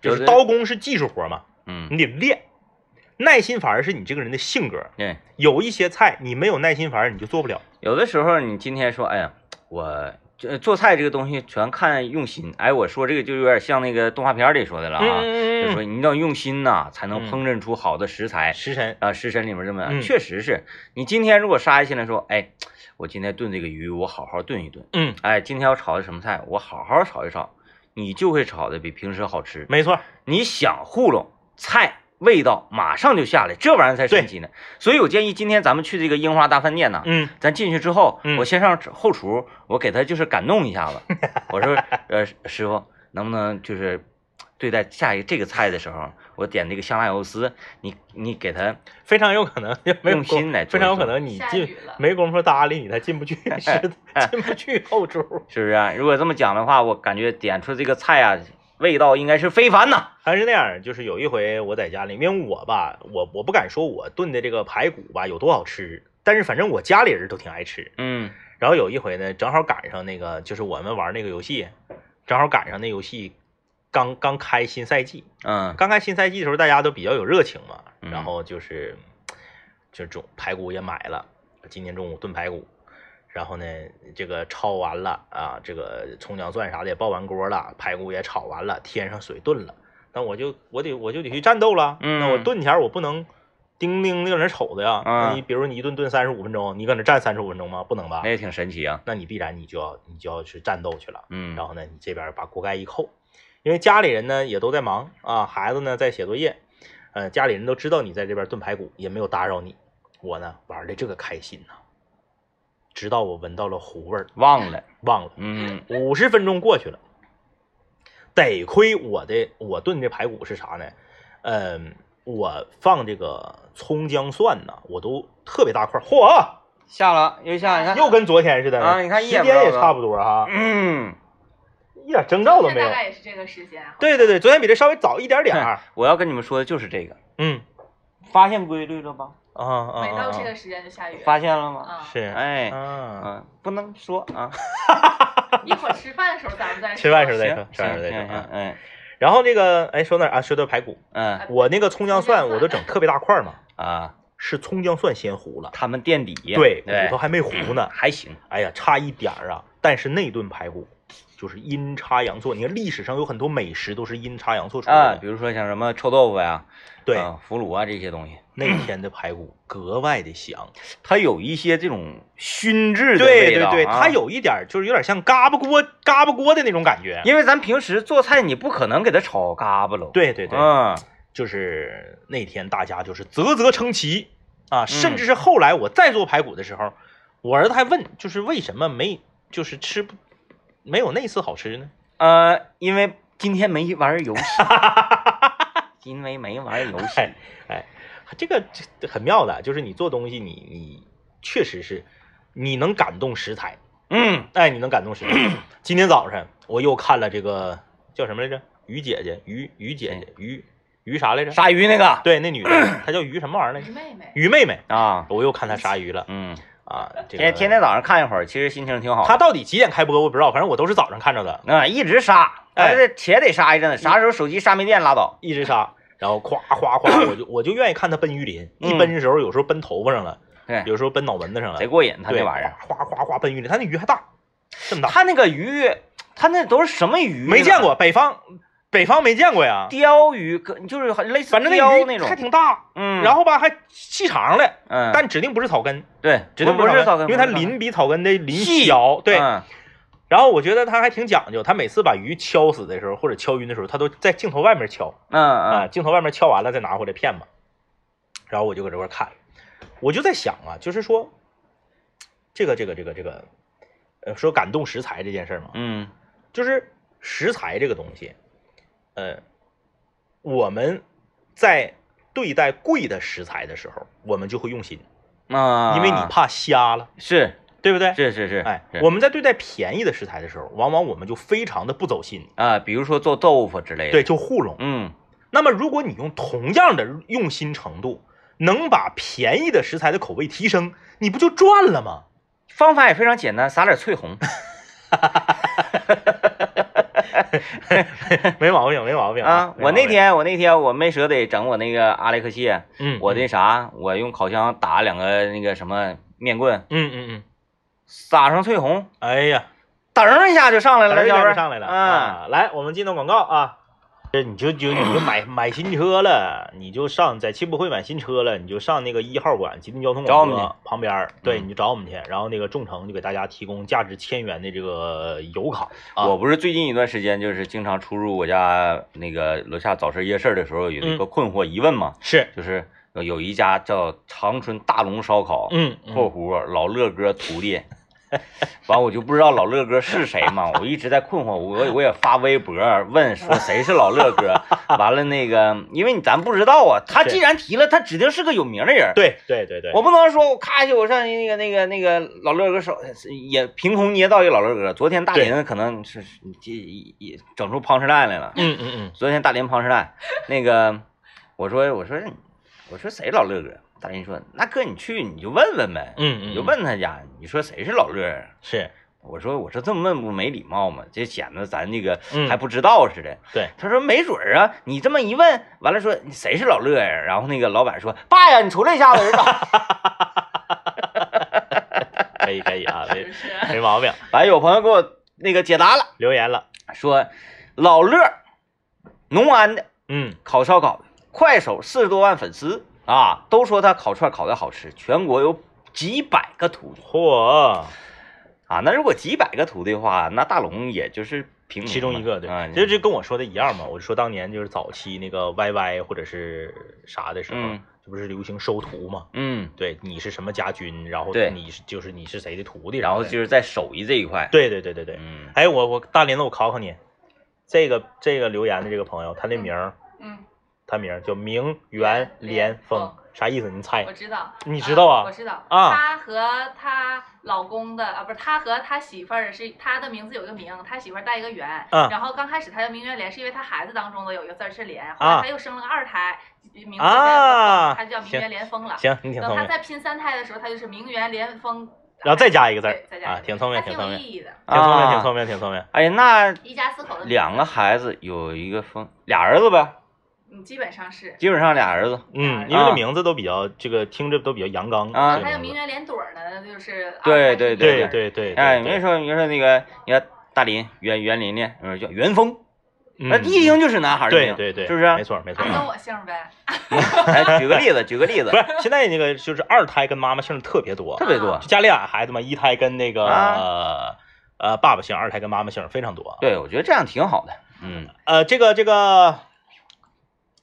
S2: 就是，刀工是技术活嘛，
S1: 嗯，
S2: 你得练；耐心法儿是你这个人的性格。
S1: 对，
S2: 有一些菜你没有耐心法儿，你就做不了。
S1: 有的时候你今天说，哎呀，我这做菜这个东西全看用心。哎，我说这个就有点像那个动画片里说的了啊，就
S2: 嗯
S1: 说你要用心呐、才能
S2: 嗯
S1: 烹饪出好的食材。
S2: 时辰，
S1: 啊，食神里面这么样，
S2: 嗯
S1: 确实是你今天如果杀下来说，哎，我今天炖这个鱼，我好好炖一炖，
S2: 嗯，
S1: 哎，今天要炒的什么菜，我好好炒一炒，你就会炒的比平时好吃。
S2: 没错儿，
S1: 你想糊弄菜味道，马上就下来，这玩意儿才神奇呢。所以我建议今天咱们去这个樱花大饭店呐，
S2: 嗯，
S1: 咱进去之后，
S2: 嗯
S1: 我先上后厨，我给他就是感动一 下子，我说，呃，师傅能不能就是对待下一这个菜的时候，我点这个香辣油丝，你你给他。
S2: 非常有可能就没有
S1: 用心来做
S2: 非常有可能你
S3: 下雨
S2: 进
S3: 了
S2: 没工夫搭理你，他进不去，是的进不去后厨。
S1: 是不是、啊？如果这么讲的话，我感觉点出这个菜啊，味道应该是非凡呐。
S2: 还是那样，就是有一回我在家里，因为我吧，我我不敢说我炖的这个排骨吧有多好吃，但是反正我家里人都挺爱吃。
S1: 嗯
S2: 然后有一回呢，正好赶上那个，就是我们玩那个游戏，正好赶上那游戏刚刚开新赛季，
S1: 嗯
S2: 刚开新赛季的时候，大家都比较有热情嘛，
S1: 嗯
S2: 然后就是就种排骨也买了，今天中午炖排骨，然后呢，这个焯完了啊，这个葱姜蒜啥的也爆完锅了，排骨也炒完了，添上水炖了，那我就我得我就得去战斗了，
S1: 嗯
S2: 那我炖前我不能。叮叮的搁那瞅着呀，
S1: 嗯
S2: 那你比如你一顿炖三十五分钟，你搁那站三十五分钟吗？不能吧
S1: 那？也挺神奇啊。
S2: 那你必然你就要你就要去战斗去了。
S1: 嗯，
S2: 然后呢，你这边把锅盖一扣，因为家里人呢也都在忙啊，孩子呢在写作业，呃，家里人都知道你在这边炖排骨，也没有打扰你。我呢玩的这个开心呐、直到我闻到了糊味儿，
S1: 忘了。
S2: 忘了
S1: 嗯
S2: 五十分钟过去了，得亏我的我炖的排骨是啥呢？嗯，我放这个葱姜蒜呐，我都特别大块儿，嚯，
S1: 下了又下，
S3: 下
S1: 你
S3: 你
S1: 看
S3: 看
S2: 又跟昨天似的
S1: 啊你看一
S2: 时
S1: 眼
S2: 间
S1: 不到
S2: 也
S1: 了
S2: 差不多哈、
S1: 嗯，
S2: 一点征
S3: 今
S2: 兆都
S3: 天
S2: 没有
S3: 大。概也是这个时间啊。
S2: 对对对，昨天比这稍微早一点点儿。
S1: 我要跟你们说的就是这个，
S2: 嗯，
S1: 发现规律了吧？
S2: 啊啊
S3: 每到这
S2: 啊
S3: 个时间就下雨，
S1: 发现了吗？
S3: 啊，
S2: 是，
S1: 哎，嗯、
S2: 嗯，
S1: 不能说啊。
S3: 一会儿吃饭的时候咱们再说
S2: 吃饭时候
S1: 行
S2: 再
S1: 行
S2: 说，吃饭
S1: 行
S2: 时候再
S1: 行，
S2: 说。
S1: 嗯
S2: 然后这个，哎，说哪儿啊？说到排骨，
S1: 嗯
S3: 呃
S2: 我那个葱姜蒜我都整特别大块儿嘛，
S1: 啊，
S2: 是葱姜蒜先糊了，
S1: 他们垫底。
S2: 对，骨
S1: 对
S2: 头，还没糊呢。
S1: 还行。
S2: 哎呀，差一点儿啊！但是那顿排骨就是阴差阳错，你看历史上有很多美食都是阴差阳错出
S1: 啊，
S2: 来
S1: 比
S2: 的。
S1: 如说像什么臭豆腐呀、
S2: 对，
S1: 啊腐乳啊这些东西，
S2: 那天的排骨格外的香。
S1: 它有一些这种熏制的
S2: 对
S1: 味道、啊。
S2: 对对，它有一点儿就是有点像嘎巴锅嘎巴锅的那种感觉。
S1: 因为咱平时做菜，你不可能给它炒嘎巴喽。
S2: 对对对，
S1: 嗯，
S2: 就是那天大家就是啧啧称奇啊，甚至是后来我再做排骨的时候，我儿子还问，就是为什么没就是吃不没有那次好吃呢？
S1: 呃，因为今天没玩 游戏，因为没玩游戏
S2: 哎，这个这很妙的，就是你做东西你，你确实是你能感动食材，
S1: 嗯，
S2: 哎，你能感动食材。今天早上我又看了这个叫什么来着？于姐姐，于于姐姐，于于啥来着？
S1: 鲨鱼那个
S2: 对，那女的，她叫于什么玩意儿来
S3: 于
S2: 着？
S3: 妹妹，
S2: 于妹妹，
S1: 啊，
S2: 我又看她杀鱼了
S1: 嗯，
S2: 啊！这个
S1: 天天天早上看一会儿，其实心情挺好的。
S2: 他到底几点开播我不知道，反正我都是早上看着 的，
S1: 啊、一直杀，
S2: 哎嗯
S1: 这且得杀一阵子，啥时候手机杀没电拉倒。
S2: 一直杀，嗯然后夸夸夸，我就我就愿意看他奔鱼鳞，
S1: 嗯
S2: 一奔的时候有时候奔头发上了，
S1: 对，
S2: 有时候奔脑门子上了
S1: 贼，过瘾，他
S2: 嗯对
S1: 那玩意儿，，
S2: 哗哗哗哗奔鱼鳞，他那鱼还大，这么大，
S1: 他那个鱼，它那都是什么鱼？
S2: 没见，过，北方北方没见过呀。
S1: 鲷鱼，跟就是很类似
S2: 反正
S1: 鲷
S2: 那鱼
S1: 种
S2: 还，挺大，
S1: 嗯，
S2: 然后吧还细长的，
S1: 嗯，
S2: 但指定不是草根，
S1: 对，指定
S2: 不
S1: 是草根，
S2: 因为它
S1: 不是草根
S2: 鳞比草根的鳞
S1: 细
S2: 小。对，
S1: 嗯
S2: 然后我觉得他还挺讲究，他每次把鱼敲死的时候或者敲晕的时候，他都在镜头外面敲啊，
S1: 嗯
S2: 镜头外面敲完了再拿回来片嘛。然后我就搁这块儿看，我就在想啊，就是说，这个这个这个这个，呃，说感动食材这件事儿嘛，
S1: 嗯
S2: 就是食材这个东西，呃，我们在对待贵的食材的时候，我们就会用心，
S1: 嗯啊，
S2: 因为你怕瞎了，
S1: 是
S2: 对不对？
S1: 是是是，
S2: 哎
S1: 是，
S2: 我们在对待便宜的食材的时候，往往我们就非常的不走心，
S1: 啊，比如说做豆腐之类的，
S2: 对，，就糊弄。
S1: 嗯
S2: 那么，如果你用同样的用心程度，能把便宜的食材的口味提升，你不就赚了吗？
S1: 方法也非常简单，撒点翠红，
S2: 没毛病，没毛病
S1: 啊，
S2: 没毛
S1: 我那
S2: 病
S1: 天我那天我没舍得整我那个阿莱克蟹，
S2: 嗯，
S1: 我那啥，我用烤箱打两个那个什么面棍，
S2: 嗯嗯嗯，
S1: 撒上翠红，
S2: 哎呀，
S1: 噔一下就上来了，
S2: 噔一下
S1: 小
S2: 就
S1: 味
S2: 上来了
S1: 嗯，
S2: 啊！来，我们进段广告啊。这你就就你就买买新车了， 你就上在汽博会买新车了，你就上那个一号馆吉林交通
S1: 找我
S2: 广
S1: 们去
S2: 播旁边儿，对，
S1: 嗯
S2: 你就找我们去。然后那个众诚就给大家提供价值千元的这个油卡啊，
S1: 我不是最近一段时间就是经常出入我家那个楼下早市夜市的时候，有
S2: 嗯
S1: 一个困惑疑问嘛，
S2: 是，
S1: 就是有一家叫长春大龙烧烤，
S2: 嗯，嗯
S1: 括弧老乐哥徒弟。 完，我就不知道老乐哥是谁嘛，我一直在困惑，我我也发微博问 说谁是老乐哥。完了那个，因为你咱不知道啊，他
S2: 是
S1: 既然提了，他指定是个有名的人。，
S2: 对对对对，
S1: 我不能说我咔一下我上去那个那个那个老乐哥手也凭空捏造一个老乐哥。昨天大林可能是这也整出庞氏蛋来了。
S2: 嗯嗯嗯，
S1: 昨天大林庞氏蛋，那个我说我说我说谁老乐哥？大林说那哥你去你就问问呗。
S2: 嗯嗯，
S1: 你就问他家，你说谁是老乐儿啊？
S2: 是，
S1: 我说我说这么问不没礼貌吗？这显得咱这个
S2: 嗯
S1: 还不知道似的。
S2: 对，
S1: 他说没准儿啊，你这么一问，完了说你谁是老乐呀、然后那个老板说爸呀，你出来一下子，人 找。
S2: 可以可以 啊，
S3: 是
S2: 没
S3: 不是？
S2: 没毛病，
S1: 完有朋友给我那个解答了，
S2: 留言了，
S1: 说老乐儿，农安的
S2: 嗯，
S1: 烤烧烤，快手四十多万粉丝啊，都说他烤串烤的好吃，全国有几百个徒弟
S2: 嚯，
S1: 啊。那如果几百个徒弟的话，那大龙也就是平民
S2: 其中
S1: 嘛
S2: 一个对
S1: 啊，，
S2: 其实这跟我说的一样嘛。我就说当年就是早期那个 YY 或者是啥的时候，
S1: 嗯
S2: 这不是流行收徒嘛？
S1: 嗯。
S2: 对，你是什么家军，然后
S1: 对
S2: 你是就是你是谁的徒弟，
S1: 然后就是在手艺这一块，
S2: 对对对对对。
S1: 嗯，
S2: 哎，我我大林子，我考考你，这个这个留言的这个朋友，他的名儿
S3: 嗯，
S2: 他名儿叫明元连峰
S3: 连，
S2: 啥意思？你猜
S3: 我知道。
S2: 你知道啊
S3: 我知道。
S2: 啊
S3: 她和她老公的啊，不是她和她媳妇儿是她的名字有一个明，她媳妇儿带一个元。
S2: 嗯
S3: 然后刚开始她叫明月莲，是因为她孩子当中的有一个字儿是莲，后
S2: 啊
S3: 来她又生了个二胎，名字叫
S2: 啊
S3: 她叫明月莲峰了。
S2: 行，你挺
S3: 等
S2: 聪
S3: 她
S2: 明，
S3: 再拼三胎的时候，她就是明月莲峰。
S2: 然后再加一个字
S3: 对
S2: 儿，
S3: 再加一
S2: 啊
S3: 个，字
S2: 挺聪明，
S3: 还
S2: 挺
S3: 挺
S2: 聪
S3: 有
S2: 明
S3: 意，义的，
S2: 挺聪明，
S1: 啊
S2: 挺聪明，挺聪明。
S1: 哎呀，那
S3: 一家四口的名字
S1: 两
S2: 啊
S1: 个，孩子有一个分俩儿子呗，
S3: 嗯，基本上是。
S1: 基本上俩儿子，
S2: 嗯，
S3: 啊
S2: 因为这名字都比较这个听着都比较阳刚
S1: 啊
S2: 这个
S3: 还有
S2: 名
S3: 明
S2: 字
S3: 月莲朵儿呢，那就是
S1: 对对
S3: 二胎是
S1: 对
S3: 明
S2: 对
S3: 月
S2: 对对，
S1: 哎，
S2: 对
S1: 你说你说那个，你看大林袁袁林呢，嗯，叫袁峰，
S2: 嗯
S1: 那哎一听就是男孩儿的
S2: 对
S1: 名，
S2: 对对，
S1: 是不是啊
S2: 没？错没错
S3: 还。跟我姓儿呗，
S1: 哎，举个例子，举个例子
S2: 不，是，现在那个就是二胎跟妈妈姓儿特别多
S1: 特，别多
S2: 就。家里俩孩子嘛，一胎跟那个
S1: 啊
S2: 呃爸爸姓，二胎跟妈妈姓非常多。啊
S1: 对，我觉得这样挺好的，嗯
S2: 呃，这个这个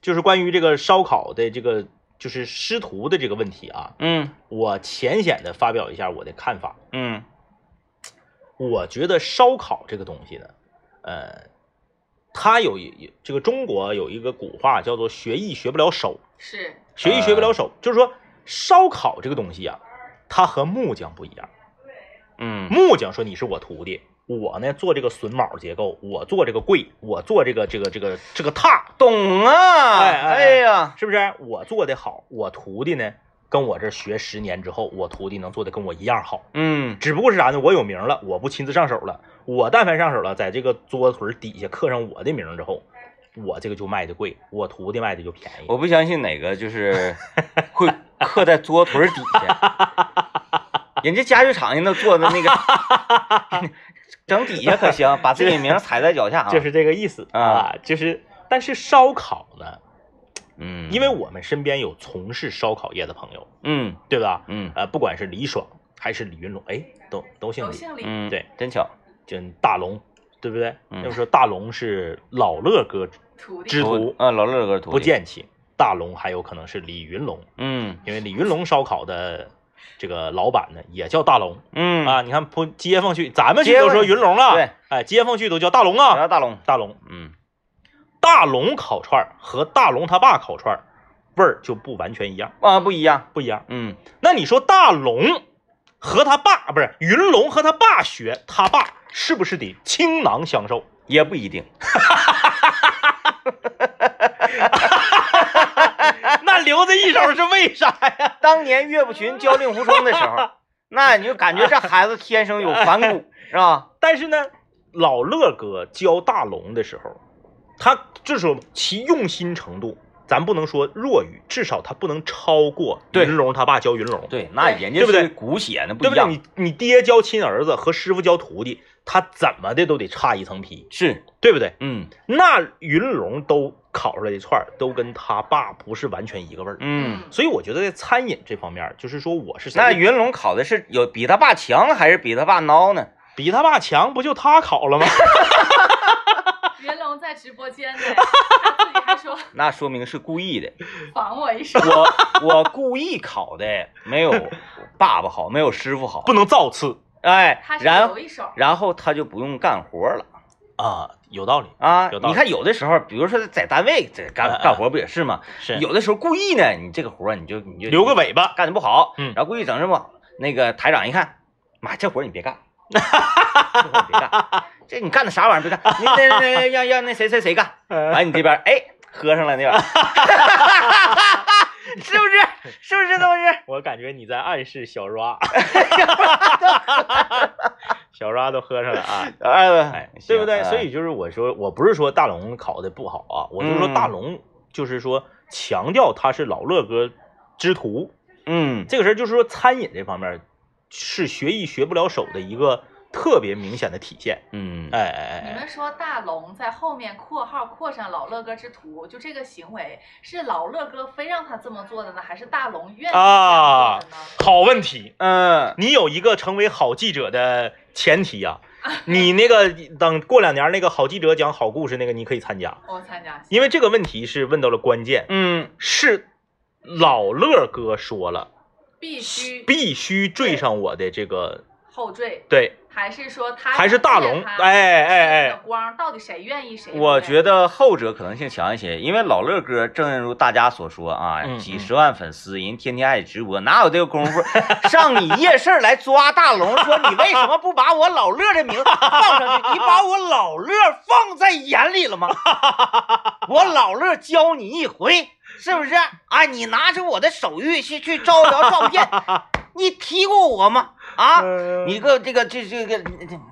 S2: 就是关于这个烧烤的这个就是师徒的这个问题啊，
S1: 嗯
S2: 我浅显的发表一下我的看法。
S1: 嗯
S2: 我觉得烧烤这个东西呢，呃，它有一这个中国有一个古话叫做“学艺学不了手”，
S3: 是
S2: 学艺学不了手，就是说烧烤这个东西啊，它和木匠不一样。
S1: 嗯
S2: 木匠说你是我徒弟，我呢做这个榫卯结构，我做这个柜，我做这个这个这个这个榻，
S1: 懂啊，
S2: 哎哎哎
S1: 哎呀，
S2: 是不是？我做的好，我徒弟呢跟我这学十年之后，我徒弟能做的跟我一样好。
S1: 嗯
S2: 只不过是啥呢？我有名了，我不亲自上手了。我但凡上手了，在这个桌腿底下刻上我的名之后，我这个就卖的贵，我徒弟卖的就便宜。
S1: 我不相信哪个就是 会刻在桌腿 儿底下，人家家具厂人都做的那个，整底下可行，把自己名踩在脚下啊。
S2: 就是这个意思
S1: 啊
S2: 啊，就是但是烧烤呢，
S1: 嗯，
S2: 因为我们身边有从事烧烤业的朋友，
S1: 嗯
S2: 对吧？
S1: 嗯
S2: 呃，不管是李爽还是李云龙，哎，都都姓
S3: 都
S2: 李，
S3: 姓李，
S1: 嗯，
S2: 对，
S1: 真巧，
S2: 就大龙，对不对？
S1: 嗯
S2: 要说大龙是老乐哥
S3: 徒弟
S2: 知徒
S1: 啊，老乐哥徒弟
S2: 不，见起，大龙还有可能是李云龙，
S1: 嗯
S2: 因为李云龙烧烤的这个老板呢也叫大龙
S1: 嗯，
S2: 啊。你看，不街坊去，咱们去
S1: 街坊
S2: 都说云龙啊，
S1: 对，
S2: 哎，街坊去都叫大龙
S1: 小
S2: 啊，
S1: 大龙，
S2: 大龙。
S1: 嗯
S2: 大龙烤串儿和大龙他爸烤串儿味儿就不完全一样，
S1: 啊，不一样，
S2: 不一样。
S1: 嗯
S2: 那你说大龙和他爸不是云龙和他爸学，他爸是不是得倾囊相授？
S1: 也不一定，哎
S2: 那留这一手是为啥 呀？
S1: 当年岳不群教令狐冲的时 候，那你就感觉这孩子天生有反骨，是吧？
S2: 但是呢，老乐哥教大龙的时候，他这时候其用心程度，咱不能说弱于，至少他不能超过
S1: 对
S2: 云龙他爸教云龙，
S1: 对，那人家
S2: 对不对
S1: 是骨血那不
S2: 对
S1: 一
S2: 不对？
S1: 样，
S2: 你你爹教亲儿子和师傅教徒弟，他怎么的都得差一层皮，
S1: 是，
S2: 对不对？
S1: 嗯
S2: 那云龙都烤出来的串儿都跟他爸不是完全一个味儿，
S1: 嗯。
S2: 所以我觉得在餐饮这方面，就是说我是谁
S1: 那云龙烤的是有比他爸强还是比他爸孬呢？
S2: 比他爸强，不就他烤了吗？
S3: 云龙在直播间呢，他自己还 说
S1: 那说明是故意的。
S3: 防我一手，
S1: 我我故意烤的没 有爸爸好，没有师傅好。
S2: 不能造次
S1: 哎
S3: 他，是
S1: 然
S3: 留一手，
S1: 然后他就不用干活了
S2: 啊，有道理，
S1: 啊。
S2: 有道理
S1: 你看有的时候，比如说在单位这
S2: 嗯
S1: 干
S2: 嗯
S1: 干活不也是吗？
S2: 是
S1: 有的时候故意呢，你这个活儿你就你就
S2: 留个尾巴，
S1: 干的不好，
S2: 嗯
S1: 然后故意整这么那个台长一看，妈，这活儿你别 干，这活儿你别干，这你干的啥玩意儿？别干，你那那那让让那谁谁谁干，
S2: 哎，
S1: 完你这边哎喝上了那边， 是不是？是不是都是？
S2: 我感觉你在暗示小 抓，小抓都喝上了啊，
S1: 哎
S2: 哎，对不对？所以就是我说，我不是说大龙烤的不好啊，我就说
S1: 嗯
S2: 大龙就是说强调他是老乐哥之徒，
S1: 嗯
S2: 这个事儿就是说餐饮这方面是学艺学不了手的一个特别明显的体现。
S1: 嗯
S2: 哎哎
S3: 你
S2: 哎
S3: 们
S2: 哎，
S3: 说大龙在后面括号括上老乐哥之徒，就这个行为是老乐哥非让他这么做的呢，还是大龙愿意这样做的呢？
S2: 好问题，
S1: 嗯
S2: 你有一个成为好记者的前提呀、你那个等过两年那个好记者讲好故事那个你可以参加，
S3: 我参加一下，
S2: 因为这个问题是问到了关键，
S1: 嗯
S2: 是老乐哥说了
S3: 必须
S2: 必须追上我的这个
S3: 后缀，
S2: 对，
S3: 还是说他
S2: 还是大龙，哎哎哎，
S3: 光到底谁愿意谁不愿意？
S1: 我觉得后者可能性强一些，因为老乐哥正如大家所说啊，
S2: 嗯
S1: 几十万粉丝，人天天爱直播，哪有这个功夫 上你夜市来抓大龙？说你为什么不把我老乐的名放上去？你把我老乐放在眼里 了吗？我老乐教你一回，是不是？啊，你拿着我的手谕去去招摇撞 骗，你提过我吗？啊，你个这个这这个，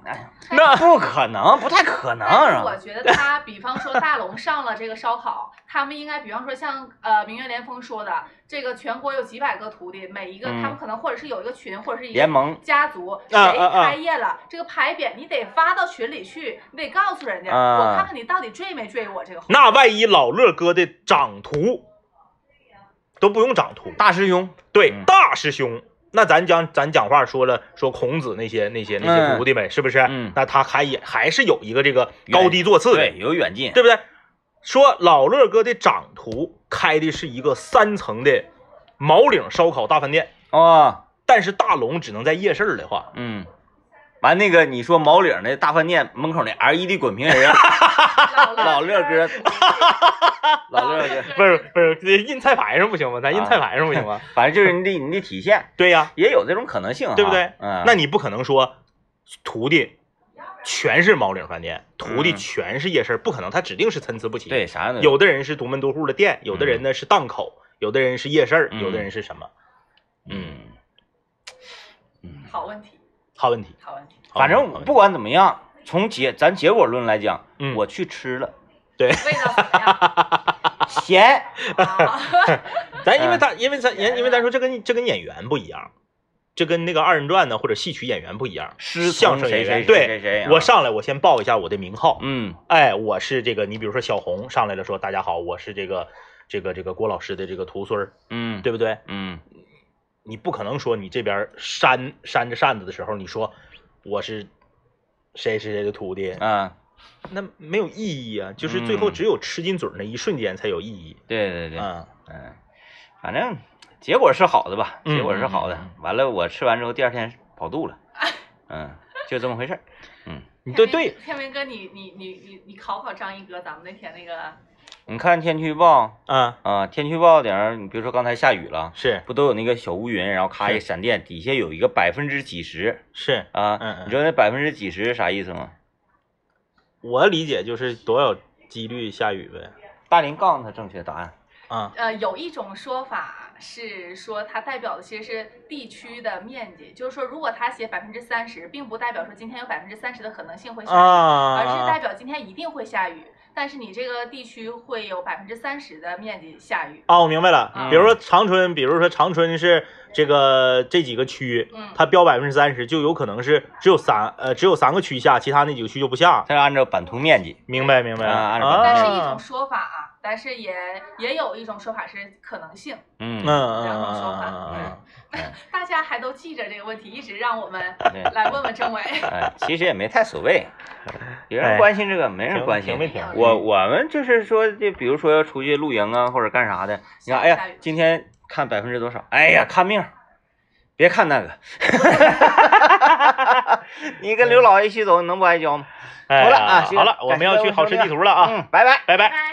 S1: 哎呀，
S2: 那
S1: 不可能，不太可能，
S3: 但
S1: 是
S3: 是我
S1: 吧？
S3: 觉得他，比方说大龙上了这个烧烤，他们应该，比方说像呃明月连峰说的，这个全国有几百个徒弟，每一个、
S1: 嗯
S3: 他们可能或者是有一个群，或者是一
S1: 联
S3: 个
S1: 盟，
S3: 家族，
S2: 啊
S3: 谁
S2: 啊啊
S3: 开业了，这个牌匾你得发到群里去，你得告诉人家，
S1: 啊
S3: 我看看你到底追没追我这个红。
S2: 那万一老乐哥的掌徒都不用掌徒，
S1: 大师兄，
S2: 对、
S1: 嗯
S2: 大师兄，那咱讲咱讲话说了，说孔子那些那些那些
S1: 嗯
S2: 徒弟们、是不是？
S1: 嗯
S2: 那他还也还是有一个这个高低座次的，
S1: 对，有远近，
S2: 对不对？说老乐哥的掌徒开的是一个三层的毛领烧烤大饭店，
S1: 哦，
S2: 但是大龙只能在夜市儿的话，
S1: 嗯，完那个你说毛领那大饭店门口那 LED 滚屏 人，老
S3: 老
S1: 乐哥
S3: 哥，
S1: 老乐哥，
S2: 不是不是，这印菜牌上不行吗？咱印
S1: 啊
S2: 菜牌上不行吗？
S1: 反正就是你得你得体现，
S2: 对呀、
S1: 也有这种可能性哈，
S2: 对不对
S1: 嗯，
S2: 那你不可能说徒弟全是毛领饭店，徒弟
S1: 嗯
S2: 全是夜市，不可能，他指定是参差不齐。，
S1: 对啥样的
S2: 有的人是独门独户的店，有的人呢是档口，有的人是夜市，
S1: 嗯
S2: 有的人是什么？
S1: 嗯，
S3: 好问题，
S2: 好问题。
S3: 好问题，
S2: 好
S1: 反
S2: 问题
S1: 正
S2: 哦好问题
S1: 不管怎么样，从结咱结果论来讲，
S2: 嗯
S1: 我去吃了，
S3: 味道怎么样？
S1: 咸，
S3: 啊
S2: 嗯咱因为他因为咱因为咱说这跟这跟演员不一样，这跟那个二人转呢或者戏曲演员不一样。
S1: 师
S2: 相
S1: 从
S2: 声
S1: 谁
S2: 演
S1: 谁
S2: 员，
S1: 谁谁
S2: 对，
S1: 谁啊，
S2: 我上来我先报一下我的名号，
S1: 嗯
S2: 哎，我是这个，你比如说小红上来了说大家好，我是这个这个这个郭老师的这个徒孙儿，
S1: 嗯
S2: 对不对？
S1: 嗯
S2: 你不可能说你这边扇扇着扇子的时候，你说我是谁谁谁的徒弟，
S1: 啊，
S2: 那没有意义啊。就是最后
S1: 嗯
S2: 只有吃进嘴儿那一瞬间才有意义。
S1: 对对对，
S2: 嗯，
S1: 嗯，反正结果是好的吧，
S2: 嗯
S1: 结果是好的
S2: 嗯。
S1: 完了，我吃完之后第二天跑肚了， 嗯，就这么回事儿。
S2: 你对对，
S3: 天明哥，你你你你你考考张一哥，咱们那天那个
S1: 你看天气预报
S2: 啊，
S1: 啊，天气预报顶上，你比如说刚才下雨了，
S2: 是
S1: 不都有那个小乌云，然后咔
S2: 是
S1: 一闪电，底下有一个百分之几十
S2: 是，嗯
S1: 啊？
S2: 嗯
S1: 你知道那百分之几十啥意思吗？
S2: 我理解就是多少几率下雨呗。
S1: 大林告诉他正确答案。
S2: 啊，
S3: 呃，有一种说法是说它代表的其实是地区的面积，就是说如果它写百分之三十，并不代表说今天有百分之三十的可能性会下雨，
S2: 啊
S3: 嗯而是代表今天一定会下雨，但是你这个地区会有百分之三十的面积下雨。
S2: 啊，我明白了。
S3: 嗯
S2: 比如说长春，比如说长春是这个这几个区，
S3: 嗯
S2: 它标百分之三十，就有可能是只有三呃只有三个区下，其他那几个区就不下。
S1: 他是按照版图面积，
S2: 明白明白
S1: 啊按照
S3: 但是
S1: 版
S3: 一种说法啊，但是也也有一种说法是可能性。
S1: 嗯
S2: 嗯嗯
S3: 两
S2: 嗯
S3: 种说法
S2: 嗯嗯
S3: 大家还都记着这个问题，一直让我们
S2: 嗯
S1: 对
S3: 来问 问政委。
S1: 哎，其实也没太所谓，有
S2: 哎
S1: 人关心这个，没
S2: 嗯，
S1: 人关心
S2: 评。没评？
S1: 我我们就是说，就比如说要出去露营啊，或者干啥的，你看，哎
S3: 下
S1: 呀
S3: 雨，
S1: 今天看百分之多少？哎呀，看命儿，别看那个。 你跟刘老爷一起走，你能不挨浇吗？
S2: 哎
S1: 好了
S2: 呀
S1: 啊行
S2: 好了，我
S1: 感
S2: 们
S1: 谢
S2: 要
S1: 各
S2: 去
S1: 位
S2: 好
S1: 收
S2: 吃
S1: 听
S2: 地图了啊，
S1: 嗯，拜拜。
S2: 拜拜。
S3: 拜。